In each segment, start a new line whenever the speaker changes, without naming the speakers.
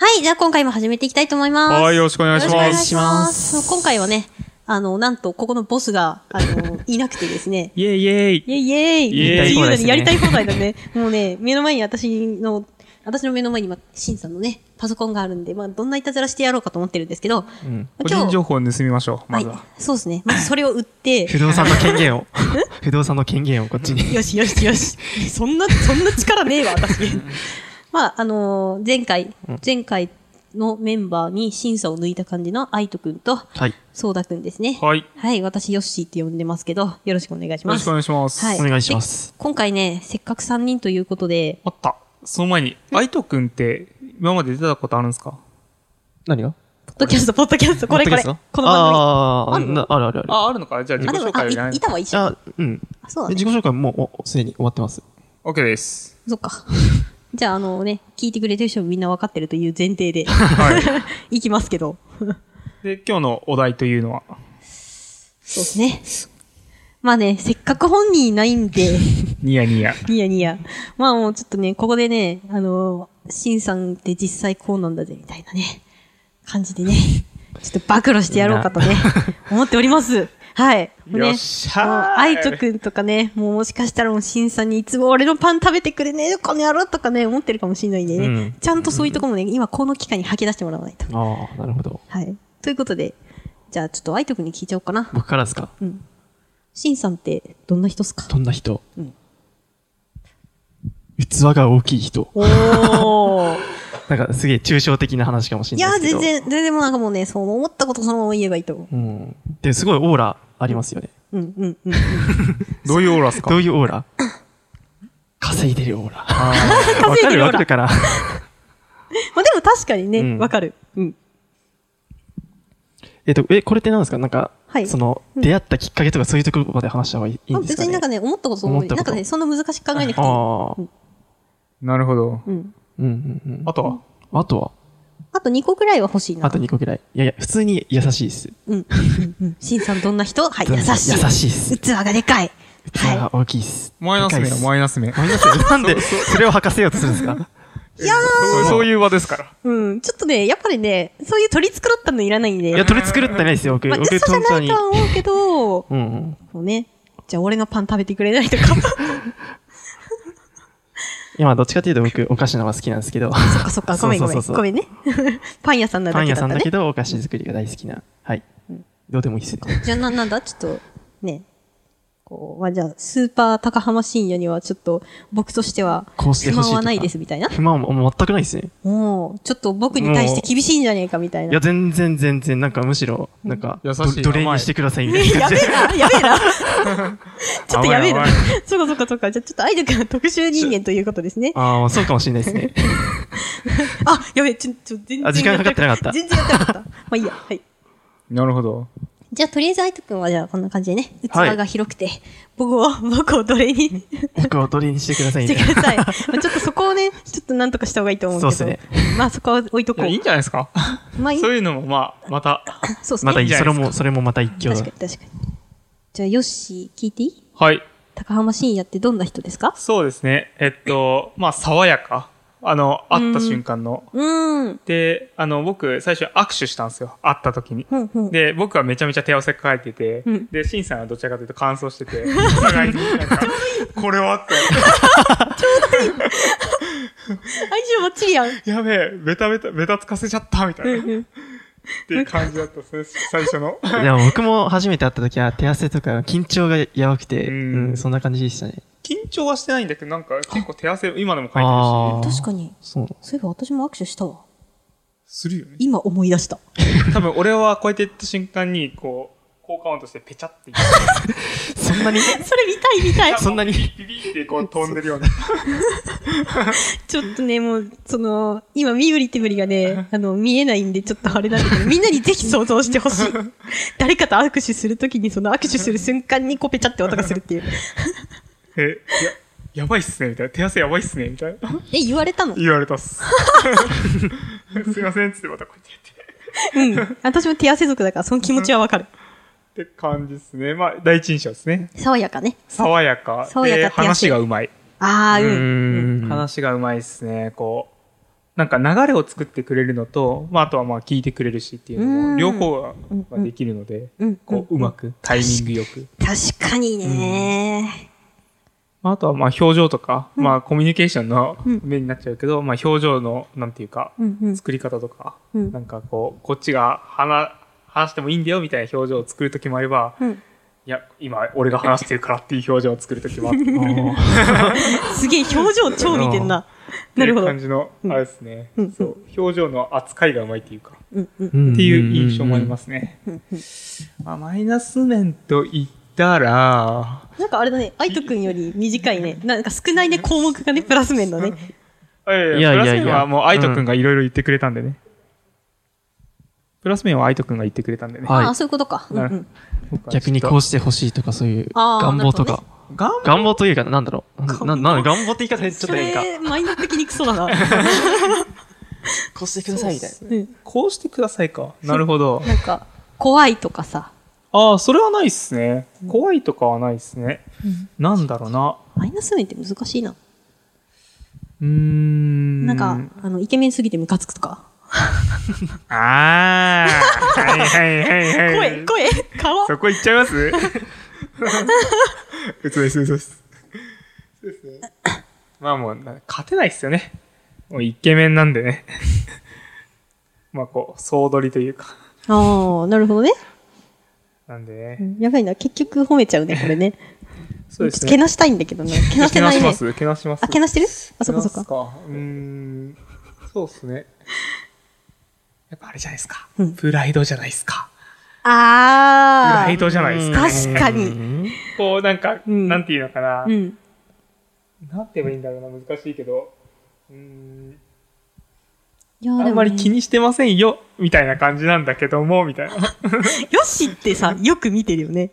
はい、じゃあ今回も始めていきたいと思います。
はい、よろしくお願いし
よろ
ま
くお願い
す。
します。今回はね、あの、なんと、ここのボスが、あの、いなくてです ね、
イェイイェイ。
イェイイェイ
イェイ
自由だねや
や
り
り
た
た
い
い
放題だね。もうね、目の前に私の、私の目の前に今、シンさんのね、パソコンがあるんで、まあ、どんないたずらしてやろうかと思ってるんですけど、
うん
今日
個人情報を盗みましょう、まずは。
い、そうですね。まずそれを売って、
不動産の権限を。 不動産の権限をこっちに。
よしよしよし。そんな、そんな力ねえわ、私。 まあ、あのー前回、前回のメンバーに審査を抜いた感じの愛斗くんと、
はい。
そうだくんですね。
はい。よ
はい、私、ヨッシーって呼んでますけど、よろしくお願いし
ろ
ま
しく
す。
お願いします。
はい
お願いします
で今回ね、せっかく3人ということで、
あった。その前に、アイトくんって、今まで出たことあるんですか
何が
ポッドキャスト、ポッドキャスト、これこれ。この番
ああ
あるの
ー、なあるあるある。あ、
あ、あるのかじゃあ
組。
自
あ、
己
でも、
紹
あ、
介じゃな
い
いの
板は一緒。
うん。
あそうだ
え
ね
自。己紹介ももうおすでに終わってます。
?OK です。
そっか。 じゃあ、あのね、聞いてくれてる人もみんなわかってるという前提で、
はい。
いきますけど。
で、今日のお題というのは、
そうですね。まあね、せっかく本人いないんで、
ニヤニヤ。
ニヤニヤ。まあもうちょっとね、ここでね、あのー、シンさんって実際こうなんだぜ、みたいなね、感じで ね、ちょっと暴露してやろうかとね、思っております。はい。もう
よ
ね
っしゃー
もうアイトくんとかね、もうもしかしたらもうシンさんにいつも俺のパン食べてくれねえよ、この野郎とかね、思ってるかもしれないんでね、
うん
ちゃんとそういうとこもね、今この機会に吐き出してもらわないと。
ああ、なるほど。
はい。ということで、じゃあちょっとアイトくんに聞いちゃおうかな。
僕からですか
シンさんってどんな人っすか
どんな人器が大きい人。
おー。
なんかすげえ抽象的な話かもし
い
れな
や、
いですけ
全
ど。
然、全然もうなんかもうね、そう思ったことそのまま言えばいいと思う。
うん。で、すごいオーラありますよね。
うん、うん、 うん。
どういうオーラですか
どういうオー ラ稼いでるオーラ。
あ
わ
稼い
か
でるオ
る
ーラ
わかるかな
まあでも確かに
う
ね、
ん
わ、かる。うん。
えっと、え、これって何ですかなんか
はい、
その、
うん
出会ったきっかけとかそういうところまで話した方がいいいい
まあ
んです
別
か
に
ね
なんかね、思ったことそのまま
思った
な
こ
ん
と
かね、そんな難しく考えなくていい。
ああ。
なるほど。
うん。
うんうんうん。
あとは、
あとは
あと2個くらいは欲しいな。
あと2個ぐらい。いやいや、普通に優しいっす。
うん。うんうん。シンさんどんな人はい、優しい。
優しいっす。
器がでかい。
器
は
が大きいっす。
マイナス
で
面
かいっ
よ、
す
マイナス面。
マイナス面なんで、それを吐かせようとするんです か
そうそういう場ですから。
い。うん。ちょっとね、やっぱりね、そういう取り繕ったのいらないんで。
いや、取り繕ってないですよ、僕。
まあ、嘘
僕、
じゃ
本当
ない
に
と。は思うけど、
うんうん。
もうね、じゃあ俺のパン食べてくれないと か。
今、どっちかというと僕、お菓子の方が好きなんですけど、
そっかそっか、ごめんごめん。
そうそうそうそう
ごめんね。 パン屋さんな
パ
だ
ン
け
屋
だ
さ
っ
ん
た
だ
ね
け。ど、お菓子作りが大好きな。はい。どうでもいいっすよ。
じゃあ、な、なんだちょっと、ね。こう、まあ、じゃあ、スーパー高浜深夜には、ちょっと、僕としては、
こうして
不
ほしいとか
満はないです、みたいな。
不満ももう全くないっすね。
もう、ちょっと僕に対して厳しいんじゃねえか、みたい
いや、
な。
全然全然、なんかむしろ、なんか、
優しい
ど奴隷にしてくださいみたいな
や
感 じ
べ
で。
えな、やべえな。ちょっとやべえな
甘い。
そうかそうかそうか。じゃあ、ちょっとアイドルが特殊人間ということですね。
ああ、そうかもしれないですね。
あ、やべえ、ちょ、ちょ、全然。
あ時間かかってなかった
全然やってなかった。まあいいや、はい。
なるほど。
じゃあ、とりあえず、アイドくんは、じゃあ、こんな感じでね、器
はい
が広くて、僕を、僕を奴隷に
僕を奴隷にしてください
し
みた
て
い
く
な。
ださい。まあちょっとそこをね、ちょっとなんとかした方がいいと思うけど。
そうっす
まあ、そこは置いと
い
こ
や、
う
いい。んじゃないですか
まあいい
そういうのも、まあ、また。
そうですね。
またいい、
じゃ
そ
ない
れ
ですか
も、それもまた一興だ
確か。に確かに。じゃあ、ヨッシー聞いていい
はい。
高浜深也ってどんな人ですか
そうですね。えっと、まあ、爽やか。あの、会った瞬間の。
うーん。
で、あの、僕、最初握手したんですよ。会った時に。
ほんほん。
で、僕はめちゃめちゃ手汗かいてて、
ん
で、シンさんはどちらかというと乾燥してて、お互いになんか、これはって、
相性ばっちりやん。
やべえ、ベタベタ、ベタつかせちゃった、みたいな。っ
うん
ていう感じだったですね、最初の。
でも僕も初めて会った時は手汗とか緊張がやばくて、
う
うんん、そんな感じでしたね。
緊張はしてないんだけど、なんか結構手汗、今でもかいて
ああ。
確かに。
そうなの。
そういえば私も握手したわ。
るし、するよね。
今思い出した。
多分俺はこうやって言った瞬間に、こう、効果音としてペチャって言って
そんんなに、
それ見たい見たい。
そんなに、。
ビビってこう飛んでるような。
ちょっとね、もう、その、今、身振り手振りがね、あの、見えないんで、ちょっとあれなんだけど、みんなにぜひ想像してほしい。誰かと握手するときに、その握手する瞬間にこうペチャって音がするっていう。
え、や、やばいっすね、みたいな。手汗やばいっすね、みたいな。
え、言われたの
言われたっす。 すいません、つってまたこうやってやって。
うん。私も手汗族だから、その気持ちはわかる。
って感じですね。まあ、第一印象ですね。
爽やかね。
爽やか。
爽やか
で、
手汗
話がうまい。
あー、うん。
話がうまいですね。こう、なんか流れを作ってくれるのと、まあ、あとはまあ、聞いてくれるしっていうの
うん
も、両方がまあできるので
うん、
こう、うまく、タイミングよく。
確かにね、
まあ、あとはまあ、表情とか、まあ、コミュニケーションの面になっちゃうけど、まあ、表情の、なんていうか、
うんうん
作り方とか、
うん
なんかこう、こっちが話、話してもいいんだよみたいな表情を作るときもあれば、
うん
いや、今、俺が話してるからっていう表情を作るときも あって、
すげえ、表情超見てんな。
って
なる
い
ほ
う
ど。
感じの、あれですね、
うん
そう。表情の扱いがうまいっていうか、
うんうん。
っていう印象もありますすね。まあ、マイナス面と言ったら、
なんかあれだね、愛斗くんより短いね。なんか少ないね、項目がね、プラス面だね。
いや
いやいやいや
プラス面はもう、アイト君がいろいろ言ってくれたんでね。プラス面はアイト君が言ってくれたんでね。
はい
ああ、そういうことか。うんう
なる
ん。
逆にこうしてほしいとかそういう
あー
願望とか。
頑
願望というか、なんだろう。な、な、願望って言い方でちょっ
そ
と変か。
れ、マインド的にクソだな。
こうしてくださいみたい
うん
こうしてくださいか。なるほど。
なんか、怖いとかさ。
ああ、それはないっすね。怖いとかはないっすね。なんだろうな。
マイナス面って難しいな。
うーん。
なんか、あの、イケメンすぎてムカつくとか。
ああ。はいはいはいはい。
声、声、顔。
そこ行っちゃいます嘘です、嘘です。そうですね。まあもう、な勝てないっすよね。もうイケメンなんでね。 まあこう、総取りというか。
ああ、なるほどね。
なんで
う
ね。
んやばいな。結局褒めちゃうね、これね。
そうです
け
ね。
なしたいんだけど ね。けなせない
し
ね
ま。す、けなします。
あ、けなしてるあ、そっかそ
けな
っ
す
か。
うーん。そうっすね。やっぱあれじゃないですか。
うん
プライドじゃないですか。プ
あ
ライ
あ。
ドじゃないですか。
確かに。
な。
こう、なんか、
うん
なんていうのかな。
うん。
なんて言えばいいんだろうな、難しいけど。うーん。
いやー
あんまり気。にしてませんよ、みたいな感じなんだけども、みたい な。
でもねよしってさ、よく見てるよね。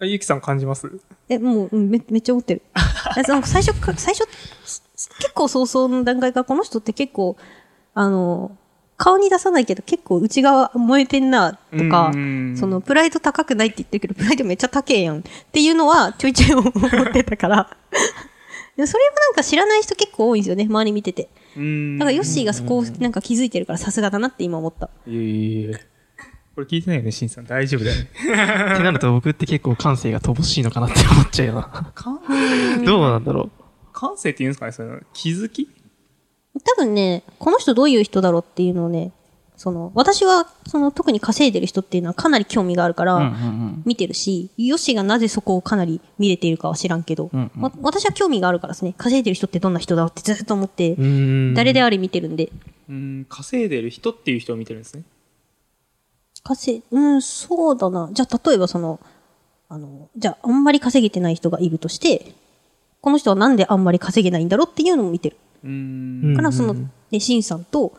ゆきさん感じます
え、もう、うんめめっちゃ思 ってる。えその最初か、最初、す結構早々の段階から、この人って結構、あの、顔に出さないけど結構内側燃えてんな、とか、その、、プライド高くないって言ってるけど、プライドめっちゃ高えやん。っていうのは、ちょいちょい思ってたから。 でもそれもなんか知らない人結構多いんですよね、周り見てて。
うん
だからヨッシーがそこをなんか気づいてるからさすがだなって今思った。
いえいえいえこれ聞いてないよね、しんさん。大丈夫だよね。
ってなると僕って結構感性が乏しいのかなって思っちゃうよな。
感、
どうなんだろ
感性って言うんですかね、そういうの。気づき
多分ね、この人どういう人だろうっていうのをね、その、私は、その、特に稼いでる人っていうのはかなり興味があるから、
う。ん
見てるし、ヨッシーがなぜそこをかなり見れているかは知らんけど、
うんうん
わ私は興味があるからですね、稼いでる人ってどんな人だろうってずっと思って、
うん。
誰で
あ
あれ見てるんで、
うん、稼いでる人っていう人を見てるんですね。
稼い、うん、そうだな。じゃあ、例えばその、あの、じゃあ、あんまり稼げてない人がいるとして、この人はなんであんまり稼げないんだろうっていうのも見てる。
う
うん
ん。
から、その、ね、シンさんと、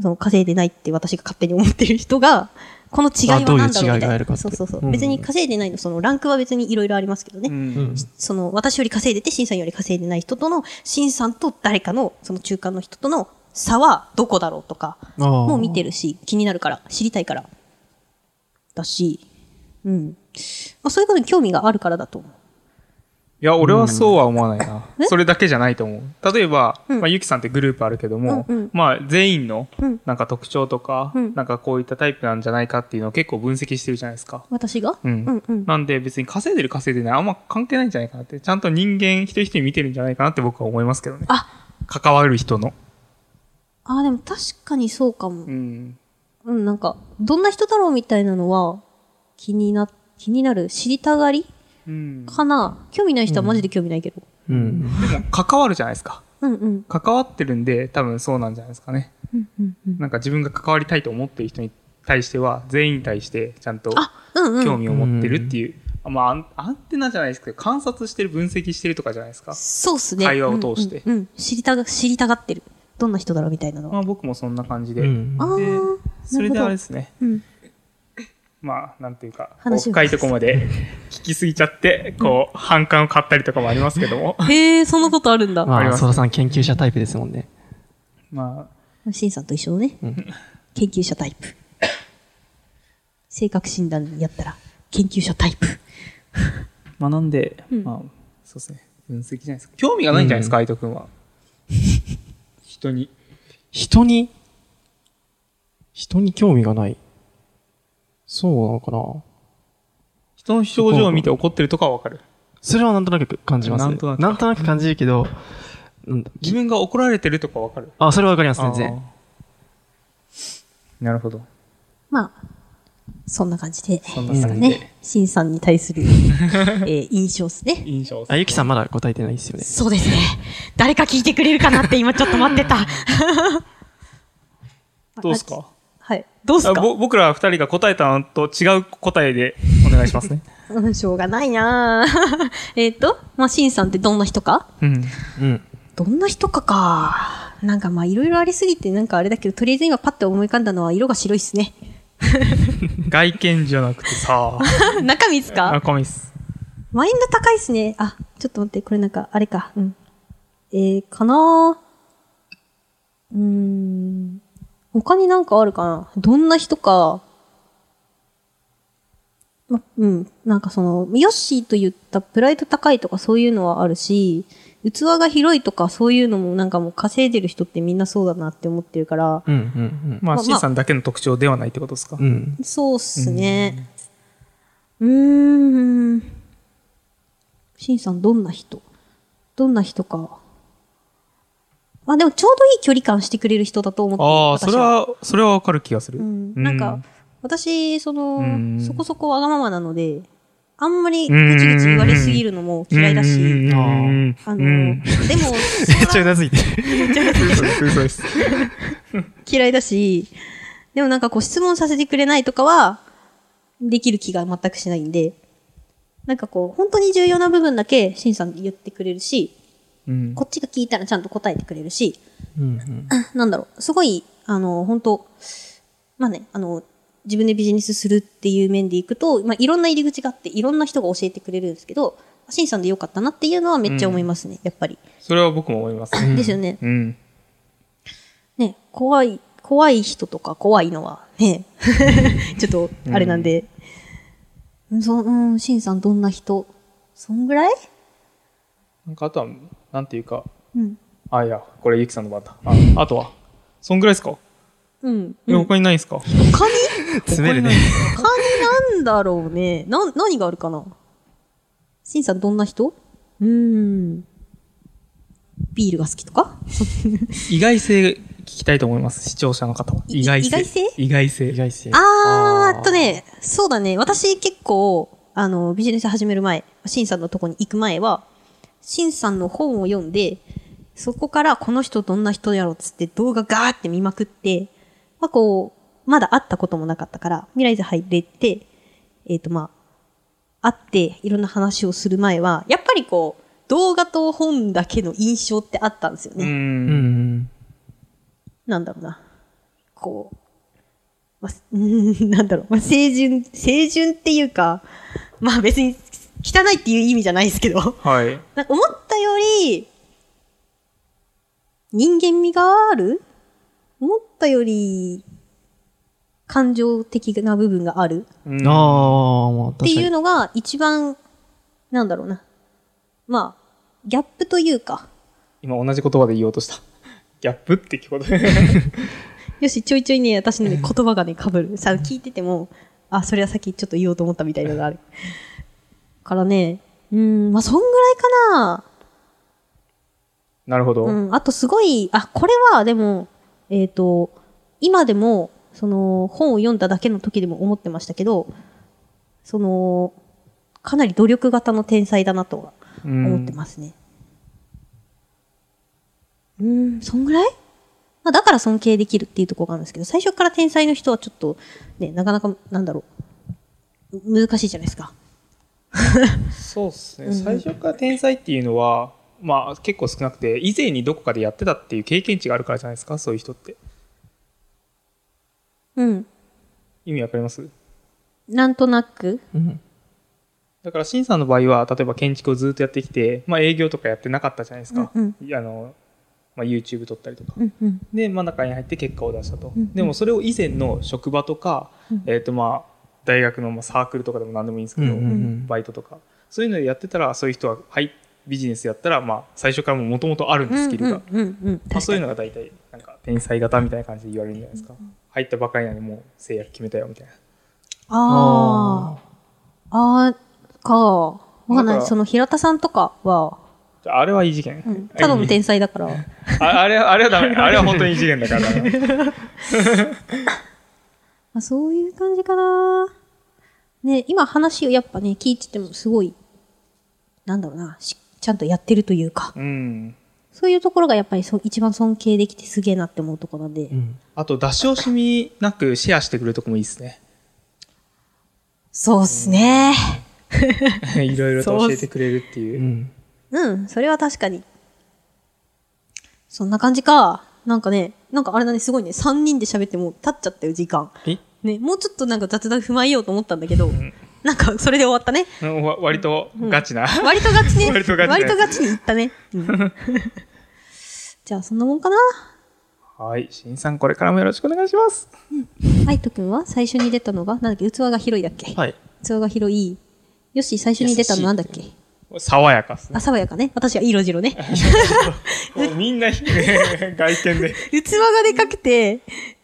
その、稼いでないって私が勝手に思ってる人が、 この違いは
あどういう
何だろう
違
み
いが
た
あ
い
るか
な。
って
そうそうそうう。
ん
別に稼いでないの、その、ランクは別にいろいろありますけどね。
うん。
その、私より稼いでて、シンさんより稼いでない人との、シンさんと誰かの、その中間の人との差はどこだろうとか、
あー
もう見てるし、気になるから、知りたいから。だし、うん。まあ、そういうことに興味があるからだと思う。
いや、俺はそうは思わないな
え。
それだけじゃないと思う。例えば、
うん
まあ、ゆきさんってグループあるけども、
うんうん
まあ、全員の
うん、
なんか特徴とか、
うん
なんかこういったタイプなんじゃないかっていうのを結構分析してるじゃないですか。
私が
うん。
うんうん。
なんで別に稼いでる稼いでない、あんま関係ないんじゃないかなって、ちゃんと人間一人一人見てるんじゃないかなって僕は思いますけどね。
あ、
関わる人の。
あーでも確かにそうかも
う。ん。
うん、なんか、どんな人だろうみたいなのは、気にな、気になる、知りたがり
うん。で
かな興味ない人はマジで興味ないけど。
うん。
も関わるじゃないですか。
うんうん。
関わってるんで、多分そうなんじゃないですかね。
うんうんうん。
なんか自分が関わりたいと思ってる人に対しては、全員に対してちゃんと
あ、うんうん。
興味を持ってるっていう。あまあアン、アンテナじゃないですけど、観察してる、分析してるとかじゃないですか。
そうっすね。
会話を通して
うんうんうん知りたが、知りたがってる。どんな人だろうみたいなの
ま
は。
あ僕もそんな感じで。
うん
あ
で
ー、
それであれですね。
うん。
まあ、なんていうか、こう
話を
深いとこまで 聞きすぎちゃって、こう、反感を買ったりとかもありますけども。
へえ、そんなことあるんだ。
あり
ま
ま
あ、
す
そらさん研究者タイプですもんね。
まあ、
シンさんと一緒のね、研究者タイプ。性格診断やったら、研究者タイプ。
まあなんで、まあ、そうですね。分析じゃないですか。興味がないんじゃないですか、海斗くんは。人に。
人に、人に興味がない。そうなのかな
人の表情を見て怒ってるとかはわかる。
それはなんとなく感じます。
なんとなく
感じるけど、なんだ
自分が怒られてるとかわかる。
あ、それはわかります、全然。
あー。なるほど。
まあ、そんな感じで、
そんな感じで。
ね、シンさんに対 する、えー印象ですね。
印象
あ、ゆきさんまだ答えてないですよね。
そうですね。誰か聞いてくれるかなって今ちょっと待ってた。
どうですか
はい。どうす
あ
か
ぼ僕ら二人が答えたのと違う答えでお願いしますね。
うん、しょうがないな ぁえっと、まあ、シンさんってどんな人か
うん。
うん。
どんな人かか。なんかまあ、いろいろありすぎて、なんかあれだけど、とりあえず今パッと思い浮かんだのは色が白いっす ね。
外見じゃなくて さ、
中身っす
あ、
か
コミス。
マインド高いっすね。あ、ちょっと待って、これなんか、あれか。うん。えー、かなぁうーん。他になんかあるかなどんな人か。ま、うん。なんかその、ヨッシーと言ったプライド高いとかそういうのはあるし、器が広いとかそういうのもなんかもう稼いでる人ってみんなそうだなって思ってるから、
うん、うん、
まあ、
まあ
C さんだけの特徴ではないってことですか
うん。うん。
そうっすね。うーん。しんさん、どんな人どんな人か。あ、でもちょうどいい距離感してくれる人だと思って
ああ、
私
それは、それはわかる気がする。
うん。なんか、私、そ
うん
の、そこそこわがままなので、あんまりぐちぐち言われすぎるのも嫌いだ
う
し、
んうん
あの、
う
で
ん
も、
めっ ちゃうなずいて。
嘘です、嘘です。
嫌いだし、でもなんかこう質問させてくれないとかは、できる気が全くしないんで、なんかこう、本当に重要な部分だけ、しんさん言ってくれるし、
う ん
こっちが聞いたらちゃんと答えてくれるし、
うん、
なんだろう、すごい、あの、本当まあね、あの、自分でビジネスするっていう面でいくと、まあ、いろんな入り口があって、いろんな人が教えてくれるんですけど、しんさんでよかったなっていうのはめっちゃ思いますね、やっぱり。
それは僕も思います。
ですよね。
うん。
ね、怖い、怖い人とか怖いのはね、 ちょっと、あれなんで。うん、そうん、シンさんどんな人そんぐらい
なんか、あとは、なんていうか、
うん。
あ、いや、これ、ゆきさんの番だ。ああとは、そんぐらいですか
うん。
え他にないですか
他に、
詰めるね。
他になんだろうね。な、何があるかなシンさんどんな人うーん。ビールが好きとか
意外性聞きたいと思います、視聴者の方は。
い
意外性。
意外性
意外性
意外性。
あーっとね、そうだね。私結構、あの、ビジネス始める前、シンさんのとこに行く前は、シンさんの本を読んで、そこからこの人どんな人やろっつって動画ガーって見まくって、まあこう、まだ会ったこともなかったから、未来図入れて、えっ、とまあ、会っていろんな話をする前は、やっぱりこう、動画と本だけの印象ってあったんですよね。
ん
うん、うん。
なんだろうな、こう、ま あ、うーんなんだろう、まあ、清純、清純っていうか、まあ別に汚いっていう意味じゃないですけど、
はい。
なんか思ったより、人間味がある思ったより、感情的な部分がある
うん
ああ、まあ、
って
確か
いう
に。
のが一番、なんだろうな。まあ、ギャップというか、
今同じ言葉で言おうとした。ギャップって聞こえ
よし、ちょいちょいね、私のね、言葉がね、被る。さ、聞いてても、あ、それはさっきちょっと言おうと思ったみたいなのがある。からね、うん、まあ、そんぐらいか
なるほど。
な。うん、あとすごい、あ、これは、でも、えっ、と、今でも、その、本を読んだだけの時でも思ってましたけど、その、かなり努力型の天才だなとは
うん
思ってますね。うーん、んそんぐらいまあ、だから尊敬できるっていうところがあるんですけど、最初から天才の人はちょっと、ね、なかなか、なんだろう、む難しいじゃないですか。
そうです
う
ね。
ん
最初から天才っていうのは、まあ結構少なくて、以前にどこかでやってたっていう経験値があるからじゃないですか、そういう人って。
うん。
意味わかります
なんとなく。
うん。
だから、シンさんの場合は、例えば建築をずっとやってきて、まあ営業とかやってなかったじゃないですか。
うん
あの、まあ YouTube 撮ったりとか。
うんうん。
で、まあ中に入って結果を出したと。
うんうん
でもそれを以前の職場とか、
うん
えっ、とまあ、大学のまあサークルとかでも何でもいいんですけど、
うんうんうん
バイトとか。そういうのでやってたら、そういう人は、はい、ビジネスやったら、まあ最初からもともとあるんです、スキルが。
うんうんうんうん。確
ま
か
あ、
に
そういうのが大体なんか天才型みたいな感じで言われるんじゃないですか、入ったばかりなのにもう制約決めたよみたいな
ああ。ああ、か。わかん
だ
な
か
い。
ら
その平田さんとかは、
じゃああれは異次元、
うんただの天才だから。
ああれはあれはダ メあれは本当に異次元だから
あそういう感じかな。ね、今話をやっぱね、聞いててもすごい、なんだろうな、しちゃんとやってるというか、
うん
そういうところがやっぱりそう一番尊敬できてすげえなって思うところなんで、
うん。
あと出し惜しみなくシェアしてくれるとこもいいですね
そうっすね。
いろいろと教えてくれるっていうう、
ん。
うん、それは確かに。そんな感じか。なんかね、なんかあれだね、すごいね、3人で喋ってもう経っちゃったよ、時間。
え
ね、もうちょっとなんか雑談踏まえようと思ったんだけど、なんかそれで終わったね。
うんわ割とガチな、
割とガチね。
割とガチね
割とガチにいったね。うん じゃあ、そんなもんかな。
はい新さんこれからもよろしくお願いします
愛斗くんは最初に出たのが、なんだっけ、器が広いだっけ、
はい。
器が広い。よし、最初に出たのなんだっけ
爽やかっす
あ、
ね
爽やかね。私は色 白ね。
もうみんな 外見で
器がでかくて、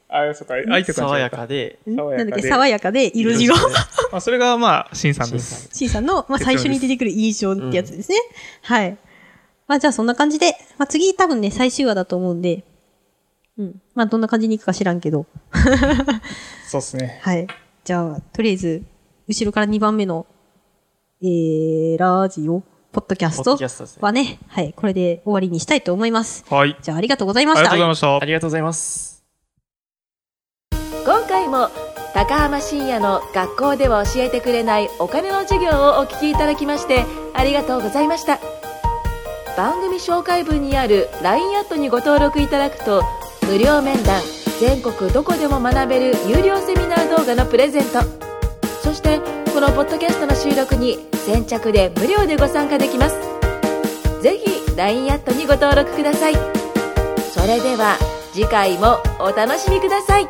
あそっか相手
爽やかで、
爽や
なんだ
か
っけ、
で
爽やかで色白。
まあそれがまあ新さんで
新
す
C さんの、まあ、最初に出てくる印象ってやつですね。はい。まあ、じゃあそんな感じで、まあ、次多分ね、最終話だと思うんで、うん。まあ、どんな感じにいくか知らんけど、
そうっすね
はい。じゃあ、とりあえず、後ろから2番目の、えー、ラジオ、ポッドキャス
ポッ
ト
ドキャストですね
はね、はい、これで終わりにしたいと思います。
はい
じゃあ、ありがとうございま
あり
し
が
た
とうござ。いました
ありがとうございます。
今回も高浜深也の学校では教えてくれないお金の授業をお聞きいただきましてありがとうございました番組紹介文にある LINE アットにご登録いただくと無料面談全国どこでも学べる有料セミナー動画のプレゼントそしてこのポッドキャストの収録に先着で無料でご参加できますぜひ LINE アットにご登録くださいそれでは次回もお楽しみください